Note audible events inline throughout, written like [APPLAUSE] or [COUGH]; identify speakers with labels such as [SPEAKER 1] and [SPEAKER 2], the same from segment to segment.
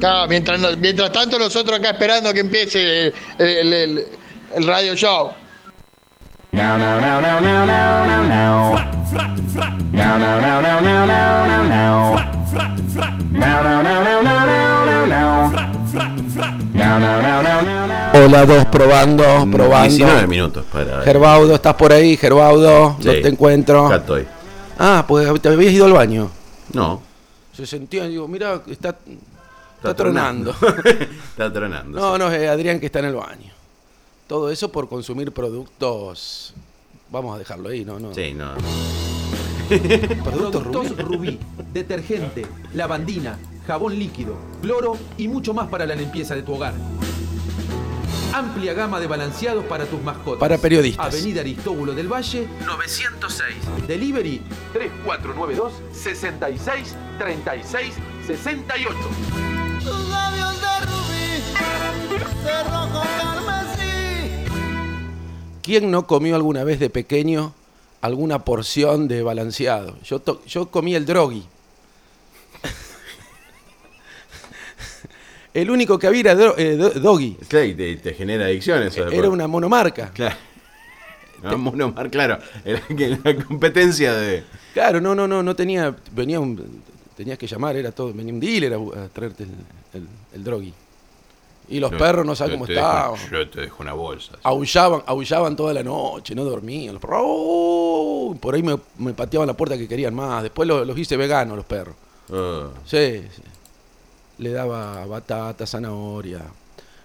[SPEAKER 1] Claro, mientras, nos- mientras tanto nosotros acá esperando que empiece el, el- el- el radio show.
[SPEAKER 2] Now, now, now, now, now, now, now, now. Now, now, now, now, now, now, now, now. Now, now, now, now, now, now, now, now. Now, now, now, now, now, now.
[SPEAKER 3] Hola, dos, probando,
[SPEAKER 4] Mm,
[SPEAKER 3] probando.
[SPEAKER 4] 19 minutos para.
[SPEAKER 3] Gerbaudo, ¿estás por ahí, Gerbaudo?
[SPEAKER 4] Sí.
[SPEAKER 3] No te encuentro.
[SPEAKER 4] Acá estoy.
[SPEAKER 3] Ah, pues te habías ido al baño.
[SPEAKER 4] No.
[SPEAKER 3] Se sentía, digo, mira, está, está,
[SPEAKER 4] Está
[SPEAKER 3] tronando.
[SPEAKER 4] [LAUGHS] Está tronando.
[SPEAKER 3] no,
[SPEAKER 4] sí.
[SPEAKER 3] no, eh, Adrián que está en el baño. Todo eso por consumir productos. Vamos a dejarlo ahí, ¿no? no.
[SPEAKER 4] Sí, no.
[SPEAKER 3] Productos
[SPEAKER 5] Productos
[SPEAKER 3] Rubí.
[SPEAKER 5] rubí, detergente, lavandina, jabón líquido, cloro y mucho más para la limpieza de tu hogar. Amplia gama de balanceados para tus mascotas.
[SPEAKER 3] Para periodistas.
[SPEAKER 5] Avenida Aristóbulo del Valle, 906. Delivery 3492 66 36 68.
[SPEAKER 6] Tus labios de rubí, de rojo carmesí.
[SPEAKER 3] ¿Quién no comió alguna vez de pequeño alguna porción de balanceado? Yo, to- yo comí el drogui. [LAUGHS] el único que había era dro- eh, do- doggy.
[SPEAKER 4] Claro, y te, te genera adicción eso. de
[SPEAKER 3] Era
[SPEAKER 4] por-
[SPEAKER 3] una monomarca.
[SPEAKER 4] Claro. [LAUGHS] No, monomar, claro. Era que la competencia de.
[SPEAKER 3] Claro, no, no, no, no tenía. Venía un. Tenías que llamar, era todo. Venía un dealer a, bu- a traerte el, el, el drogui. Y los perros no saben
[SPEAKER 4] Te-
[SPEAKER 3] cómo
[SPEAKER 4] te dejo-
[SPEAKER 3] estaban.
[SPEAKER 4] Yo te dejo una bolsa.
[SPEAKER 3] Aullaban, aullaban toda la noche, no dormían. Los perros, "Oh". por ahí me, me pateaban la puerta que querían más. Después los, los hice veganos, los perros.
[SPEAKER 4] Ah,
[SPEAKER 3] Sí, sí. Le daba batata, zanahoria.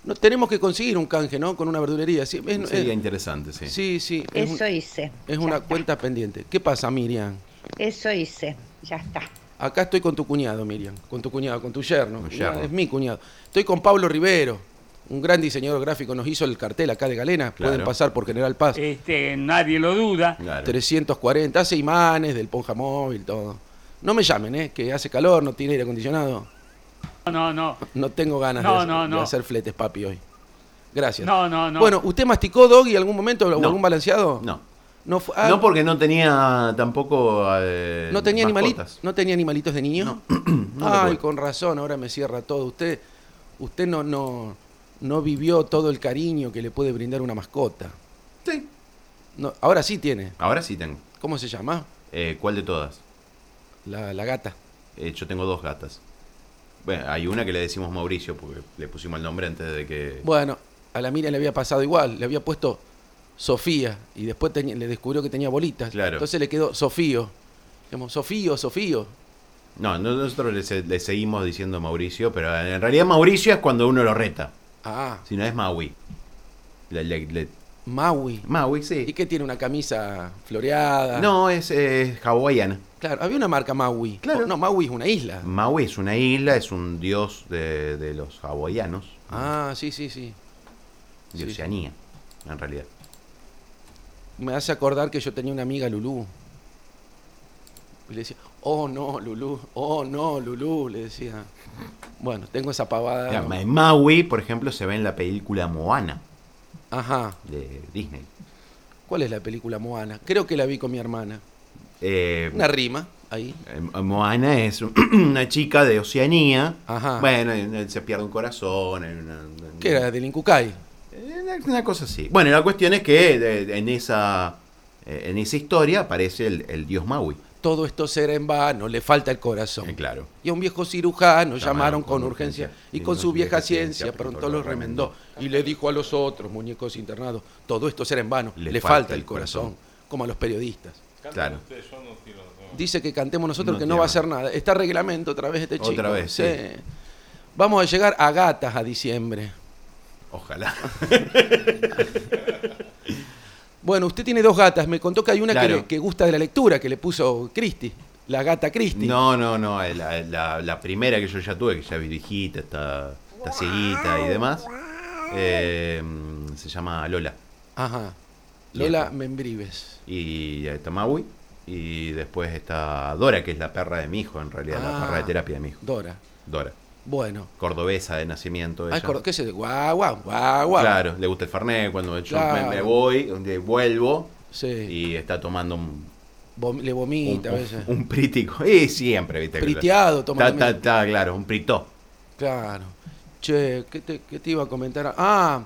[SPEAKER 3] No, tenemos que conseguir un canje, ¿no? Con una verdulería. Sí, es-
[SPEAKER 4] sería
[SPEAKER 3] es-
[SPEAKER 4] interesante, sí.
[SPEAKER 3] sí. sí, es, un-
[SPEAKER 7] Eso hice.
[SPEAKER 3] es
[SPEAKER 7] ya
[SPEAKER 3] una
[SPEAKER 7] está.
[SPEAKER 3] cuenta pendiente. ¿Qué pasa, Miriam?
[SPEAKER 7] Eso hice. Ya está.
[SPEAKER 3] Acá estoy con tu cuñado, Miriam. Con tu cuñado, con tu yerno.
[SPEAKER 4] Con yerno.
[SPEAKER 3] No, es mi cuñado. Estoy con Pablo Rivero, un gran diseñador gráfico. Nos hizo el cartel acá de Galena.
[SPEAKER 4] Claro.
[SPEAKER 3] Pueden pasar por General Paz.
[SPEAKER 8] Este, nadie lo duda.
[SPEAKER 4] Claro.
[SPEAKER 3] 340. Hace imanes del Ponja Móvil, todo. No me llamen, ¿eh? Que hace calor, no tiene aire acondicionado.
[SPEAKER 8] No, no.
[SPEAKER 3] No tengo ganas
[SPEAKER 8] No,
[SPEAKER 3] de, hacer-
[SPEAKER 8] no, no.
[SPEAKER 3] de hacer fletes, papi, hoy. Gracias.
[SPEAKER 8] No, no, no.
[SPEAKER 3] Bueno, ¿usted masticó doggy algún momento o
[SPEAKER 4] No.
[SPEAKER 3] algún balanceado?
[SPEAKER 4] No.
[SPEAKER 3] No, fu- ah,
[SPEAKER 4] no porque no tenía tampoco. eh,
[SPEAKER 3] ¿no tenía animalitos.
[SPEAKER 4] mascotas.
[SPEAKER 3] ¿No tenía animalitos de niño?
[SPEAKER 4] no [CLEARS THROAT]
[SPEAKER 3] Ay,
[SPEAKER 4] recuerdo.
[SPEAKER 3] con razón, ahora me cierra todo. Usted, usted no, no, no vivió todo el cariño que le puede brindar una mascota.
[SPEAKER 4] Sí.
[SPEAKER 3] No, ahora sí tiene.
[SPEAKER 4] Ahora sí tengo.
[SPEAKER 3] ¿Cómo se llama?
[SPEAKER 4] Eh, ¿Cuál de todas?
[SPEAKER 3] La, la gata.
[SPEAKER 4] Eh, yo tengo dos gatas. Bueno, hay una que le decimos Mauricio porque le pusimos el nombre antes de que.
[SPEAKER 3] Bueno, a la Miriam le había pasado igual, le había puesto Sofía y después tenía- le descubrió que tenía bolitas.
[SPEAKER 4] Claro.
[SPEAKER 3] Entonces le quedó Sofío. Digamos, Sofío, Sofío.
[SPEAKER 4] No, no- nosotros le, se- le seguimos diciendo Mauricio, pero en realidad Mauricio es cuando uno lo reta.
[SPEAKER 3] Ah,
[SPEAKER 4] Si no es Maui. Le- le- le-
[SPEAKER 3] Maui.
[SPEAKER 4] Maui,
[SPEAKER 3] ¿Y
[SPEAKER 4] sí.
[SPEAKER 3] qué tiene una camisa floreada?
[SPEAKER 4] No, es, eh, hawaiana.
[SPEAKER 3] Claro, había una marca Maui.
[SPEAKER 4] Claro.
[SPEAKER 3] No, Maui es una isla.
[SPEAKER 4] Maui es una isla, es un dios de, de los hawaianos.
[SPEAKER 3] Ah, sí, sí, sí.
[SPEAKER 4] de
[SPEAKER 3] sí.
[SPEAKER 4] Oceanía, en realidad.
[SPEAKER 3] Me hace acordar que yo tenía una amiga Lulú. Y le decía, oh no, Lulú, oh no, Lulú, le decía. Bueno, tengo esa pavada.
[SPEAKER 4] Claro, Ma- Maui, por ejemplo, se ve en la película Moana
[SPEAKER 3] Ajá.
[SPEAKER 4] de Disney.
[SPEAKER 3] ¿Cuál es la película Moana? Creo que la vi con mi hermana.
[SPEAKER 4] Eh,
[SPEAKER 3] Una rima, ahí.
[SPEAKER 4] Eh, Moana es [CLEARS THROAT] una chica de Oceanía.
[SPEAKER 3] Ajá.
[SPEAKER 4] Bueno, eh, se pierde un corazón. hay una- una-
[SPEAKER 3] Que era del Incucay.
[SPEAKER 4] Eh, Una, una cosa así. Bueno, la cuestión es que eh, en esa eh, en esa historia aparece el, el dios Maui.
[SPEAKER 3] Todo esto será en vano, le falta el corazón.
[SPEAKER 4] Eh, claro.
[SPEAKER 3] Y a un viejo cirujano llamaron con urgencia y con su vieja ciencia pronto lo
[SPEAKER 4] los
[SPEAKER 3] remendó. Y le dijo a los otros, muñecos internados, todo esto será en vano, le, falta, el corazón, como a los periodistas.
[SPEAKER 4] Claro.
[SPEAKER 3] Dice que cantemos nosotros
[SPEAKER 4] No
[SPEAKER 3] que no
[SPEAKER 4] tiene
[SPEAKER 3] va a
[SPEAKER 4] más.
[SPEAKER 3] hacer nada. Está reglamento otra vez este
[SPEAKER 4] Otra
[SPEAKER 3] chico.
[SPEAKER 4] vez, sí.
[SPEAKER 3] Vamos a llegar a gatas a diciembre. [LAUGHS]
[SPEAKER 4] Ojalá.
[SPEAKER 3] Bueno, usted tiene dos gatas. Me contó que hay una que
[SPEAKER 4] Claro.
[SPEAKER 3] le- que, gusta de la lectura, que le puso Cristi. La gata Cristi.
[SPEAKER 4] [LAUGHS] No, no, no. eh, La, la- la primera que yo ya tuve, que ya vi viejita, está, está cieguita y demás. eh, se llama Lola.
[SPEAKER 3] Ajá.
[SPEAKER 4] Bien.
[SPEAKER 3] Lola Membrives.
[SPEAKER 4] y está Maui. Y después está Dora, que es la perra de mi hijo, en realidad, la
[SPEAKER 3] Ah.
[SPEAKER 4] perra de terapia de mi hijo.
[SPEAKER 3] Dora.
[SPEAKER 4] Dora.
[SPEAKER 3] Bueno.
[SPEAKER 4] Cordobesa de nacimiento.
[SPEAKER 3] Ah,
[SPEAKER 4] Ella.
[SPEAKER 3] es cor- ¿Qué es eso? Guau, guau, guau, guau.
[SPEAKER 4] Pues Claro, le gusta el Fernet. Cuando yo
[SPEAKER 3] Claro.
[SPEAKER 4] me, me voy, un día vuelvo
[SPEAKER 3] Sí.
[SPEAKER 4] y está tomando un,
[SPEAKER 3] Vom- le
[SPEAKER 4] un,
[SPEAKER 3] vomita a veces.
[SPEAKER 4] un- un prítico. Y siempre, viste. que lo-
[SPEAKER 3] Priteado toma
[SPEAKER 4] Está,
[SPEAKER 3] también.
[SPEAKER 4] está, está, claro, un pritó.
[SPEAKER 3] Claro. Che, ¿qué te, qué te iba a comentar? Ah,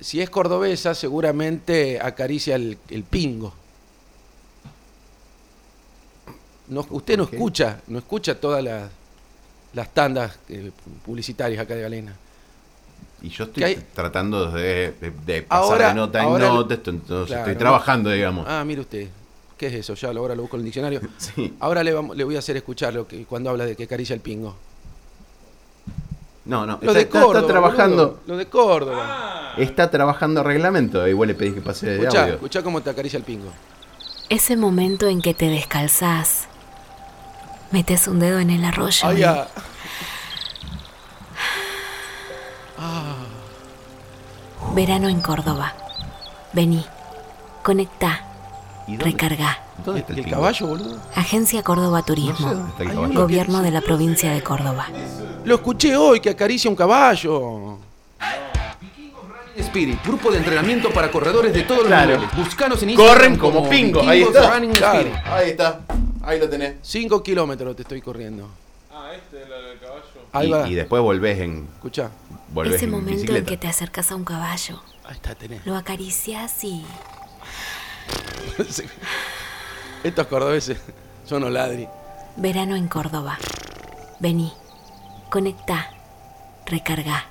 [SPEAKER 3] si es cordobesa, seguramente acaricia el, el pingo. No, usted no escucha, no escucha todas las, las tandas eh, publicitarias acá de Galena.
[SPEAKER 4] Y yo
[SPEAKER 3] ¿Qué
[SPEAKER 4] estoy
[SPEAKER 3] hay?
[SPEAKER 4] tratando de, de- de pasar
[SPEAKER 3] Ahora-
[SPEAKER 4] de nota en
[SPEAKER 3] ahora el-
[SPEAKER 4] nota, esto, entonces
[SPEAKER 3] Claro.
[SPEAKER 4] estoy trabajando, digamos.
[SPEAKER 3] Ah, mire usted. ¿Qué es eso? Ya lo- ahora lo busco en el diccionario.
[SPEAKER 4] Sí.
[SPEAKER 3] Ahora le, vamos- le voy a hacer escuchar lo que, cuando habla de que acaricia el pingo.
[SPEAKER 4] No, no,
[SPEAKER 3] Lo
[SPEAKER 4] está,
[SPEAKER 3] de
[SPEAKER 4] está-
[SPEAKER 3] Córdoba.
[SPEAKER 4] está trabajando,
[SPEAKER 3] boludo, lo de Córdoba.
[SPEAKER 4] está trabajando reglamento, igual le pedís que pase de
[SPEAKER 3] escuchá,
[SPEAKER 4] audio.
[SPEAKER 3] escuchá cómo te acaricia el pingo.
[SPEAKER 9] Ese momento en que te descalzás, metes un dedo en el arroyo
[SPEAKER 3] Ay,
[SPEAKER 9] y
[SPEAKER 3] ah.
[SPEAKER 9] verano en Córdoba. Vení, conectá,
[SPEAKER 4] ¿Y dónde,
[SPEAKER 9] recargá.
[SPEAKER 4] dónde está el,
[SPEAKER 3] ¿Y el
[SPEAKER 4] pingo?
[SPEAKER 3] caballo, boludo?
[SPEAKER 9] Agencia Córdoba
[SPEAKER 4] No sé
[SPEAKER 9] Turismo,
[SPEAKER 4] dónde está el
[SPEAKER 3] Hay
[SPEAKER 4] caballo.
[SPEAKER 3] uno
[SPEAKER 9] gobierno de la provincia de Córdoba.
[SPEAKER 3] Lo escuché hoy que acaricia un caballo.
[SPEAKER 5] Spirit, grupo de entrenamiento para corredores de todos
[SPEAKER 4] Claro.
[SPEAKER 5] los niveles. Buscanos en Instagram
[SPEAKER 4] Corren como pingo, ahí
[SPEAKER 5] Vikingos
[SPEAKER 4] está.
[SPEAKER 5] Running
[SPEAKER 4] Claro,
[SPEAKER 5] Spirit.
[SPEAKER 4] ahí está, ahí lo tenés.
[SPEAKER 3] 5 kilómetros te estoy corriendo.
[SPEAKER 2] Ah, este es la del caballo.
[SPEAKER 3] Ahí
[SPEAKER 4] y,
[SPEAKER 3] va.
[SPEAKER 4] y después volvés en,
[SPEAKER 3] Escuchá.
[SPEAKER 4] volvés
[SPEAKER 9] Ese
[SPEAKER 4] en
[SPEAKER 9] momento en
[SPEAKER 4] bicicleta.
[SPEAKER 9] que te acercas a un caballo,
[SPEAKER 3] Ahí está, tenés.
[SPEAKER 9] lo acaricias y
[SPEAKER 3] Estos cordobeses son oladri.
[SPEAKER 9] verano en Córdoba. Vení, conectá, recargá.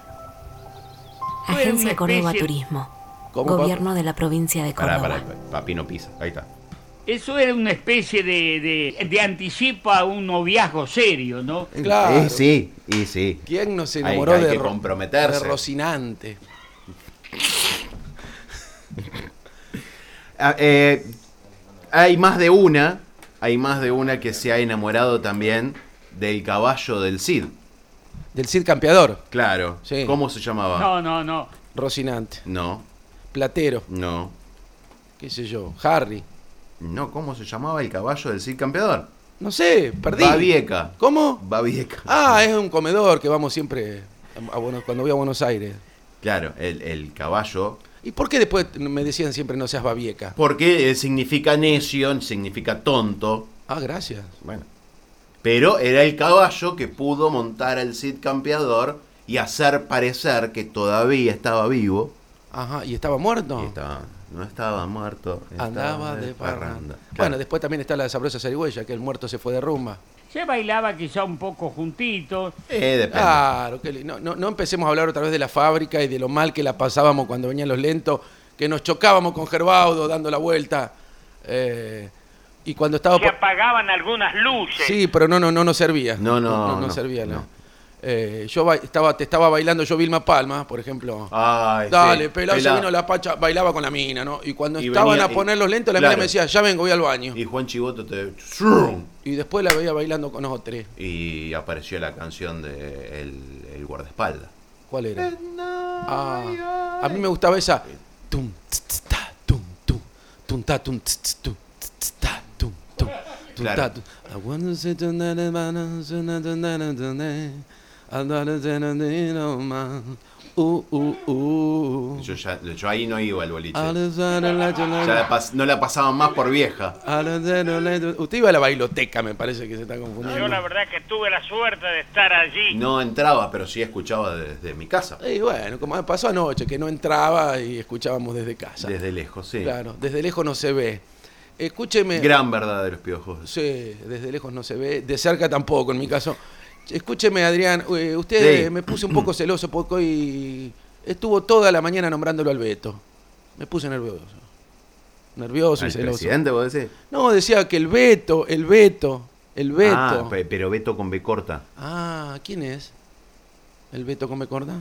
[SPEAKER 8] una
[SPEAKER 9] Agencia Córdoba
[SPEAKER 8] especie-
[SPEAKER 9] Turismo,
[SPEAKER 3] ¿Cómo, Pablo?
[SPEAKER 9] gobierno de la provincia de
[SPEAKER 4] Pará,
[SPEAKER 9] Córdoba.
[SPEAKER 4] pará, papi no pisa, ahí está.
[SPEAKER 8] Eso era una especie de, de, de anticipa un noviazgo serio, ¿no?
[SPEAKER 3] Claro.
[SPEAKER 4] Y sí, y sí.
[SPEAKER 3] ¿Quién no se
[SPEAKER 4] Hay-
[SPEAKER 3] enamoró
[SPEAKER 4] hay
[SPEAKER 3] de,
[SPEAKER 4] que
[SPEAKER 3] Ro-
[SPEAKER 4] comprometerse.
[SPEAKER 3] de Rocinante?
[SPEAKER 4] Ah, eh, hay más de una, hay más de una que se ha enamorado también del caballo del Cid.
[SPEAKER 3] Del Cid Campeador.
[SPEAKER 4] Claro.
[SPEAKER 3] Sí.
[SPEAKER 4] ¿Cómo se llamaba?
[SPEAKER 8] No, no, no.
[SPEAKER 3] Rocinante.
[SPEAKER 4] No,
[SPEAKER 3] Platero.
[SPEAKER 4] no,
[SPEAKER 3] ¿Qué sé yo? Harry.
[SPEAKER 4] no, ¿Cómo se llamaba el caballo del Cid campeador?
[SPEAKER 3] No sé, perdí.
[SPEAKER 4] Babieca.
[SPEAKER 3] ¿Cómo?
[SPEAKER 4] Babieca.
[SPEAKER 3] Ah, es un comedor que vamos siempre a- a Buenos- cuando voy a Buenos Aires.
[SPEAKER 4] Claro, el, el caballo.
[SPEAKER 3] ¿Y por qué después me decían siempre no seas babieca?
[SPEAKER 4] Porque eh, significa necio, significa tonto.
[SPEAKER 3] Ah, gracias.
[SPEAKER 4] Bueno. Pero era el caballo que pudo montar al Cid campeador y hacer parecer que todavía estaba vivo.
[SPEAKER 3] Ajá, ¿y estaba muerto?
[SPEAKER 4] Y estaba- no estaba muerto. estaba
[SPEAKER 3] Andaba de parranda. Bueno,
[SPEAKER 4] Claro.
[SPEAKER 3] después también está la sabrosa zarigüeya, que el muerto se fue de rumba.
[SPEAKER 8] Se bailaba quizá un poco juntitos.
[SPEAKER 4] Eh, depende.
[SPEAKER 3] Claro, que li- no, no, no empecemos a hablar otra vez de la fábrica y de lo mal que la pasábamos cuando venían los lentos, que nos chocábamos con Gerbaudo dando la vuelta. eh, y cuando estaba...
[SPEAKER 8] Se
[SPEAKER 3] por-
[SPEAKER 8] apagaban algunas luces.
[SPEAKER 3] Sí, pero no, no, no, no servía.
[SPEAKER 4] No, no,
[SPEAKER 3] no,
[SPEAKER 4] no,
[SPEAKER 3] servía, no.
[SPEAKER 4] no.
[SPEAKER 3] Eh, yo ba- estaba, te estaba bailando yo Vilma Palma, por ejemplo.
[SPEAKER 4] Ay,
[SPEAKER 3] Dale,
[SPEAKER 4] Ah, sí,
[SPEAKER 3] pelado, ya
[SPEAKER 4] pelá.
[SPEAKER 3] vino la pacha, bailaba con la mina, ¿no? Y cuando
[SPEAKER 4] Y
[SPEAKER 3] estaban
[SPEAKER 4] venía-
[SPEAKER 3] a poner
[SPEAKER 4] y-
[SPEAKER 3] los lentos, la
[SPEAKER 4] claro.
[SPEAKER 3] mina me decía, ya vengo, voy al baño.
[SPEAKER 4] Y
[SPEAKER 3] Y,
[SPEAKER 4] Juan Chivoto te.
[SPEAKER 3] después la veía bailando con otros.
[SPEAKER 4] Y apareció la canción de El, el guardaespaldas.
[SPEAKER 3] ¿Cuál era? Ah, a mí me gustaba esa. Tum, tz, tz, ta, tum, tum, tum, ta, tum, tz, tz, tum, tz, tz, ta, tum, tum, tum,
[SPEAKER 4] Claro.
[SPEAKER 3] ta, tum. I wanna say to na, na, na, na, so na, na, na, na, na, na. I wanna say na, na, na, ma. Uh, uh, uh.
[SPEAKER 4] Yo, ya- yo ahí no iba al boliche.
[SPEAKER 3] I just wanna let you know.
[SPEAKER 4] Ya la pas- no la pasaban más por vieja.
[SPEAKER 3] I just wanna let you- Usted iba a la bailoteca, me parece que se está confundiendo.
[SPEAKER 8] Yo la verdad que tuve la suerte de estar allí.
[SPEAKER 4] No entraba, pero sí escuchaba desde mi casa.
[SPEAKER 3] Y bueno, como pasó anoche, que no entraba y escuchábamos desde casa.
[SPEAKER 4] Desde lejos, sí.
[SPEAKER 3] Claro, desde lejos no se ve. Escúcheme.
[SPEAKER 4] Gran verdad de los piojos.
[SPEAKER 3] Sí, desde lejos no se ve, de cerca tampoco en mi caso. Escúcheme, Adrián, eh, usted
[SPEAKER 4] Sí.
[SPEAKER 3] me puse un
[SPEAKER 4] [CLEARS THROAT]
[SPEAKER 3] poco celoso porque hoy estuvo toda la mañana nombrándolo al Beto. Me puse nervioso. Nervioso y
[SPEAKER 4] ¿Al
[SPEAKER 3] celoso.
[SPEAKER 4] presidente vos decís?
[SPEAKER 3] No, decía que el Beto, el Beto, el Beto.
[SPEAKER 4] Ah,
[SPEAKER 3] Ah,
[SPEAKER 4] pe- pero Beto con B corta.
[SPEAKER 3] ¿quién es? ¿El Beto come corda?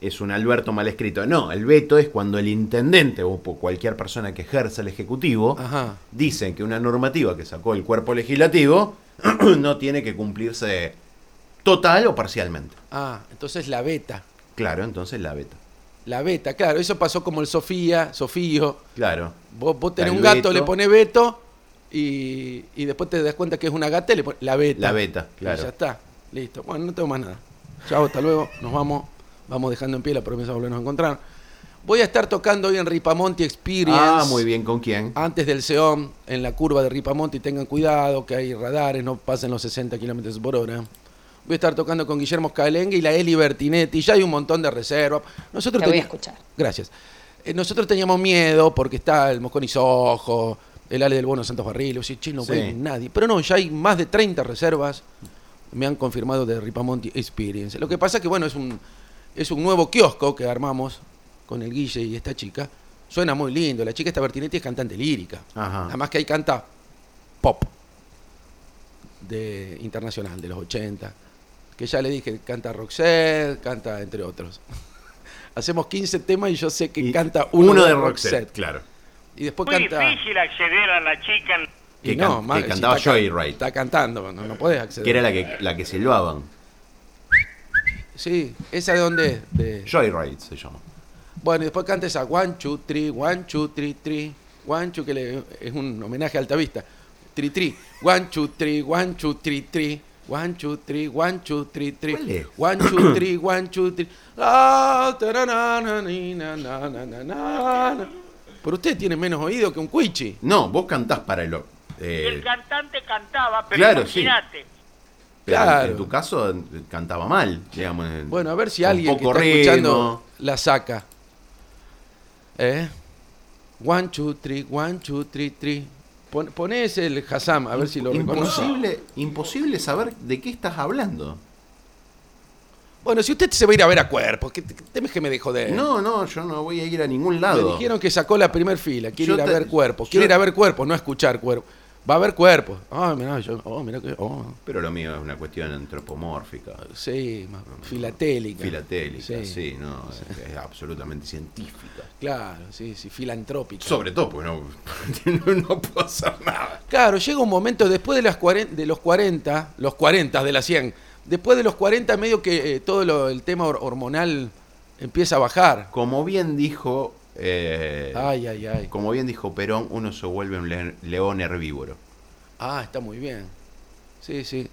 [SPEAKER 4] es un Alberto mal escrito. No, el veto es cuando el intendente o po- cualquier persona que ejerza el Ejecutivo
[SPEAKER 3] Ajá.
[SPEAKER 4] dicen que una normativa que sacó el cuerpo legislativo [CLEARS THROAT] no tiene que cumplirse total o parcialmente.
[SPEAKER 3] Ah, entonces la beta.
[SPEAKER 4] Claro, entonces la beta.
[SPEAKER 3] La beta, claro, eso pasó como el Sofía, Sofío.
[SPEAKER 4] Claro.
[SPEAKER 3] Vos, vos tenés
[SPEAKER 4] Está
[SPEAKER 3] un
[SPEAKER 4] el
[SPEAKER 3] gato,
[SPEAKER 4] Beto.
[SPEAKER 3] le pones Beto y, y después te das cuenta que es una gata y le pones la beta.
[SPEAKER 4] La beta, claro.
[SPEAKER 3] Y ya está, listo. Bueno, no tengo más nada. Chao, hasta luego, nos vamos. Vamos dejando en pie la promesa de volvernos a encontrar. Voy a estar tocando hoy en Ripamonti Experience.
[SPEAKER 4] Ah, muy bien, ¿con quién?
[SPEAKER 3] Antes del SEOM, en la curva de Ripamonti, tengan cuidado que hay radares, no pasen los 60 kilómetros por hora. voy a estar tocando con Guillermo Scalengue y la Eli Bertinetti, ya hay un montón de reservas. Nosotros
[SPEAKER 10] Te voy a
[SPEAKER 3] teni-
[SPEAKER 10] escuchar.
[SPEAKER 3] Gracias. Eh, nosotros teníamos miedo porque está el Mosconi Sojo, el Ale del Bono Santos Barrilos, y chino,
[SPEAKER 4] Sí.
[SPEAKER 3] nadie. Pero no, ya hay más de 30 reservas, me han confirmado de Ripamonti Experience. Lo que pasa que, bueno, es un, es un nuevo kiosco que armamos con el Guille y esta chica. Suena muy lindo, la chica esta Bertinetti es cantante lírica.
[SPEAKER 4] Ajá.
[SPEAKER 3] Además que ahí canta pop de internacional de los 80. Que ya le dije, canta Roxette, canta entre otros. [LAUGHS] Hacemos 15 temas y yo sé que canta uno,
[SPEAKER 4] Uno de Roxette, claro.
[SPEAKER 3] Y después
[SPEAKER 8] Muy
[SPEAKER 3] canta.
[SPEAKER 8] difícil acceder a la chica.
[SPEAKER 4] Eh.
[SPEAKER 8] en-
[SPEAKER 3] y
[SPEAKER 4] Que can- que
[SPEAKER 3] más-
[SPEAKER 4] cantaba
[SPEAKER 3] está, can-
[SPEAKER 4] Joyride.
[SPEAKER 3] Está cantando, no, no podés acceder.
[SPEAKER 4] Que era la que, la que silbaban.
[SPEAKER 3] Sí, esa de dónde es? De-
[SPEAKER 4] Joyride se llama.
[SPEAKER 3] Bueno, y después canta esa One, two, three, one, two, three, three. One, two, que le- es un homenaje a Altavista. Tri, tri. One, two, three, one, two, three, three. One, two, three, one, two, three, three.
[SPEAKER 4] ¿Cuál es?
[SPEAKER 3] One, two, three, one, two, three. La, taranana, ni, na, na, na, na, na, na. Pero usted tiene menos oído que un cuichi.
[SPEAKER 4] No, vos cantás para el. eh,
[SPEAKER 8] El cantante cantaba, pero
[SPEAKER 4] Claro, sí.
[SPEAKER 8] imagínate.
[SPEAKER 4] pero
[SPEAKER 3] claro.
[SPEAKER 4] en tu caso en- cantaba mal, digamos. en-
[SPEAKER 3] Bueno, a ver si
[SPEAKER 4] con
[SPEAKER 3] alguien que
[SPEAKER 4] poco
[SPEAKER 3] está
[SPEAKER 4] ritmo.
[SPEAKER 3] escuchando la saca. ¿Eh? One, two, three, one, two, three, three. Pon, ponés el Hassam, a ver si lo reconoce.
[SPEAKER 4] Imposible, imposible saber de qué estás hablando.
[SPEAKER 3] Bueno, si usted se va a ir a ver a cuerpos, que te- temes que me dejo de.
[SPEAKER 4] No, no, yo no voy a ir a ningún
[SPEAKER 3] Eh. me
[SPEAKER 4] lado.
[SPEAKER 3] dijeron que sacó la primer fila, quiere
[SPEAKER 4] Yo
[SPEAKER 3] ir a
[SPEAKER 4] te-
[SPEAKER 3] ver cuerpos, quiere
[SPEAKER 4] yo-
[SPEAKER 3] ir a ver cuerpos, no a escuchar cuerpos. Va a ver cuerpos. Ah, mirá, yo, oh, mirá que. oh,
[SPEAKER 4] Pero lo mío es una cuestión antropomórfica,
[SPEAKER 3] sí, ma- filatélica.
[SPEAKER 4] filatélica, sí,
[SPEAKER 3] Sí,
[SPEAKER 4] no, es, es absolutamente científica.
[SPEAKER 3] Claro, sí, sí, filantrópica.
[SPEAKER 4] Sobre todo porque no, no, [LAUGHS] no puedo hacer nada.
[SPEAKER 3] Claro, llega un momento después de, las cuaren- de los 40, los 40 de las 100, después de los 40 medio que eh, todo lo- el tema hor- hormonal empieza a bajar.
[SPEAKER 4] Como bien dijo, eh,
[SPEAKER 3] Ay, ay, ay.
[SPEAKER 4] como bien dijo Perón, uno se vuelve un le- león herbívoro.
[SPEAKER 3] Ah, está muy bien. Sí, sí.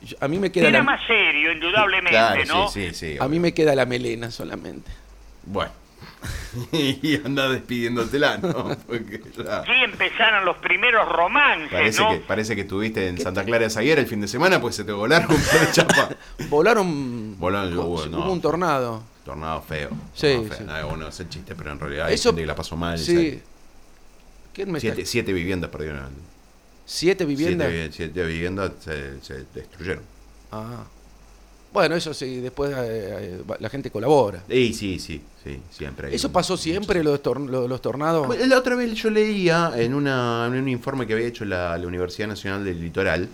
[SPEAKER 3] Yo- a mí me queda
[SPEAKER 8] Era
[SPEAKER 3] la,
[SPEAKER 8] más serio, indudablemente,
[SPEAKER 4] Claro,
[SPEAKER 8] ¿no?
[SPEAKER 4] sí, sí, sí.
[SPEAKER 3] a mí me queda la melena solamente.
[SPEAKER 4] Bueno. [LAUGHS] y anda despidiéndotela, ¿no? Porque ya-
[SPEAKER 8] Aquí empezaron los primeros romances,
[SPEAKER 4] Parece,
[SPEAKER 8] ¿no?
[SPEAKER 4] que, parece que estuviste en Santa Clara de Zaguera el fin de semana, pues se te volaron un par
[SPEAKER 3] [LAUGHS]
[SPEAKER 4] de chapas.
[SPEAKER 3] Volaron
[SPEAKER 4] Volaron,
[SPEAKER 3] co-
[SPEAKER 4] hubo,
[SPEAKER 3] hubo
[SPEAKER 4] no.
[SPEAKER 3] un tornado.
[SPEAKER 4] Tornado feo.
[SPEAKER 3] Sí,
[SPEAKER 4] tornado feo.
[SPEAKER 3] sí.
[SPEAKER 4] No, bueno, es el chiste, pero en realidad hay gente que la pasó mal.
[SPEAKER 3] Sí. ¿Quién me está-
[SPEAKER 4] Ah, Siete, siete viviendas perdieron.
[SPEAKER 3] ¿Siete viviendas?
[SPEAKER 4] Siete, vi- siete viviendas se, se destruyeron.
[SPEAKER 3] Ah. Bueno, eso sí, después eh, eh, va- la gente colabora.
[SPEAKER 4] Y sí, sí, sí, siempre. hay
[SPEAKER 3] ¿Eso
[SPEAKER 4] un-
[SPEAKER 3] pasó siempre, lo de tor- lo de los tornados?
[SPEAKER 4] Bueno, Pues, La otra vez yo leía en, una, en un informe que había hecho la, la Universidad Nacional del Litoral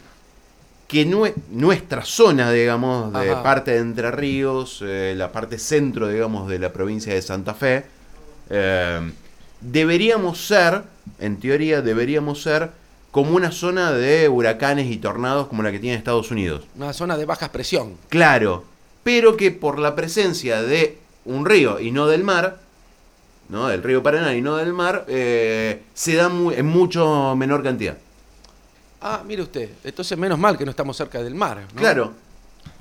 [SPEAKER 4] que nue- nuestra zona, digamos, de
[SPEAKER 3] Ajá.
[SPEAKER 4] parte de Entre Ríos, eh, la parte centro, digamos, de la provincia de Santa Fe, eh, deberíamos ser, en teoría, deberíamos ser como una zona de huracanes y tornados como la que tiene Estados Unidos.
[SPEAKER 3] Una zona de baja presión.
[SPEAKER 4] Claro, pero que por la presencia de un río y no del mar, ¿no? Del río Paraná y no del mar, eh, se da mu- en mucho menor cantidad.
[SPEAKER 3] Ah, mire usted. Entonces, menos mal que no estamos cerca del mar. ¿no?
[SPEAKER 4] Claro.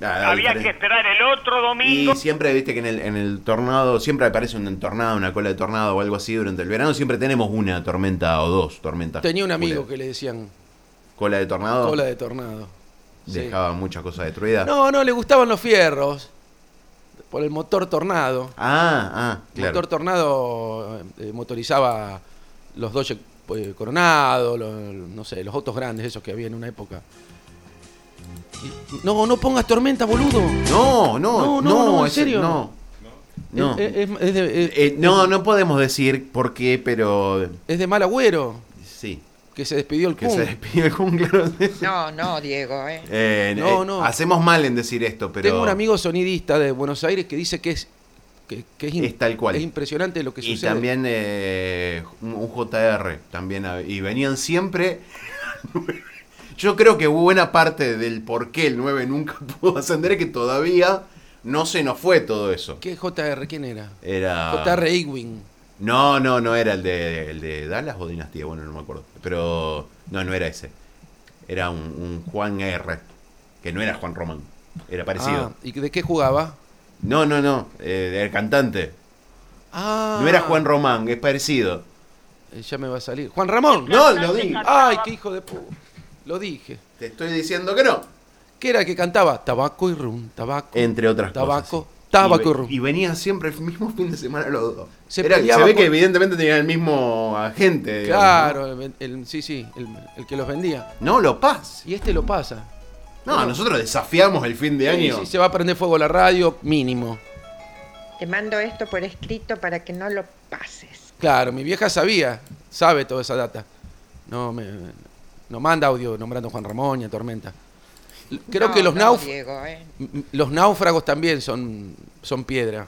[SPEAKER 4] Ah, la
[SPEAKER 8] Había que
[SPEAKER 4] diferencia.
[SPEAKER 8] esperar el otro domingo.
[SPEAKER 4] Y siempre, viste que en el, en el tornado, siempre aparece un tornado, una cola de tornado o algo así durante el verano, siempre tenemos una tormenta o dos tormentas.
[SPEAKER 3] Tenía un amigo
[SPEAKER 4] culeras.
[SPEAKER 3] que le decían
[SPEAKER 4] ¿Cola de tornado?
[SPEAKER 3] cola de tornado. Sí.
[SPEAKER 4] Dejaba muchas cosas destruidas.
[SPEAKER 3] No, no, le gustaban los fierros. Por el motor tornado.
[SPEAKER 4] Ah, ah, claro.
[SPEAKER 3] El motor tornado eh, motorizaba los Dodge eh, Coronado, los, no sé, los autos grandes esos que había en una época. Y- no, no pongas tormenta, boludo.
[SPEAKER 4] No, no,
[SPEAKER 3] No,
[SPEAKER 4] no,
[SPEAKER 3] no, no, en
[SPEAKER 4] ese-
[SPEAKER 3] serio. eh,
[SPEAKER 4] No. No.
[SPEAKER 3] Es, es- es de, es-
[SPEAKER 4] Eh, no, no podemos decir por qué, pero
[SPEAKER 3] es de mal agüero
[SPEAKER 4] sí.
[SPEAKER 3] que se despidió el
[SPEAKER 4] Que
[SPEAKER 3] Kun.
[SPEAKER 4] se despide el Kun, claro.
[SPEAKER 7] No, no, Diego, ¿eh?
[SPEAKER 4] Eh,
[SPEAKER 3] No,
[SPEAKER 4] eh,
[SPEAKER 3] no.
[SPEAKER 4] Hacemos mal en decir esto, pero.
[SPEAKER 3] Tengo un amigo sonidista de Buenos Aires que dice que es que, que es, im-
[SPEAKER 4] Es tal cual.
[SPEAKER 3] es impresionante lo que
[SPEAKER 4] Y
[SPEAKER 3] sucede.
[SPEAKER 4] también eh, un, un JR. también hab- Y venían siempre. [LAUGHS] Yo creo que buena parte del por qué el 9 nunca [LAUGHS] pudo ascender es que todavía no se nos fue todo eso.
[SPEAKER 3] ¿Qué JR? ¿Quién era?
[SPEAKER 4] Era.
[SPEAKER 3] JR Ewing.
[SPEAKER 4] No, no, no era el de, el de Dallas o Dinastía, bueno, no me acuerdo. Pero no, no era ese. Era un, un Juan R. Que no era Juan Román. Era parecido.
[SPEAKER 3] Ah, ¿Y de qué jugaba?
[SPEAKER 4] No, no, no. eh, el cantante.
[SPEAKER 3] Ah,
[SPEAKER 4] No era Juan Román, es parecido.
[SPEAKER 3] eh, Ya me va a salir. ¡Juan Ramón!
[SPEAKER 4] No, lo digo.
[SPEAKER 3] ¡Ay, qué hijo de puta! Lo dije.
[SPEAKER 4] Te estoy diciendo que no.
[SPEAKER 3] que era el que cantaba tabaco y rum, tabaco.
[SPEAKER 4] Entre otras
[SPEAKER 3] tabaco,
[SPEAKER 4] cosas.
[SPEAKER 3] Tabaco y,
[SPEAKER 4] ve-
[SPEAKER 3] rum.
[SPEAKER 4] Y venía siempre el mismo fin de semana los dos.
[SPEAKER 3] Se
[SPEAKER 4] Era- Se,
[SPEAKER 3] peleaba
[SPEAKER 4] ve
[SPEAKER 3] por-
[SPEAKER 4] que evidentemente tenían el mismo agente. digamos,
[SPEAKER 3] claro, el, el- sí, sí, el, el que los vendía.
[SPEAKER 4] No, No, lo pasa.
[SPEAKER 3] Y este lo pasa.
[SPEAKER 4] No, nosotros desafiamos el fin de
[SPEAKER 3] Sí,
[SPEAKER 4] año.
[SPEAKER 3] sí, se va a prender fuego la radio, mínimo.
[SPEAKER 7] Te mando esto por escrito para que no lo pases.
[SPEAKER 3] Claro, mi vieja sabía, sabe toda esa data. No me no manda audio nombrando a Juan Ramón y a Tormenta. L- Creo
[SPEAKER 7] No,
[SPEAKER 3] que los,
[SPEAKER 7] no,
[SPEAKER 3] nauf-
[SPEAKER 7] Diego, eh.
[SPEAKER 3] m- m- los náufragos también son, son piedra,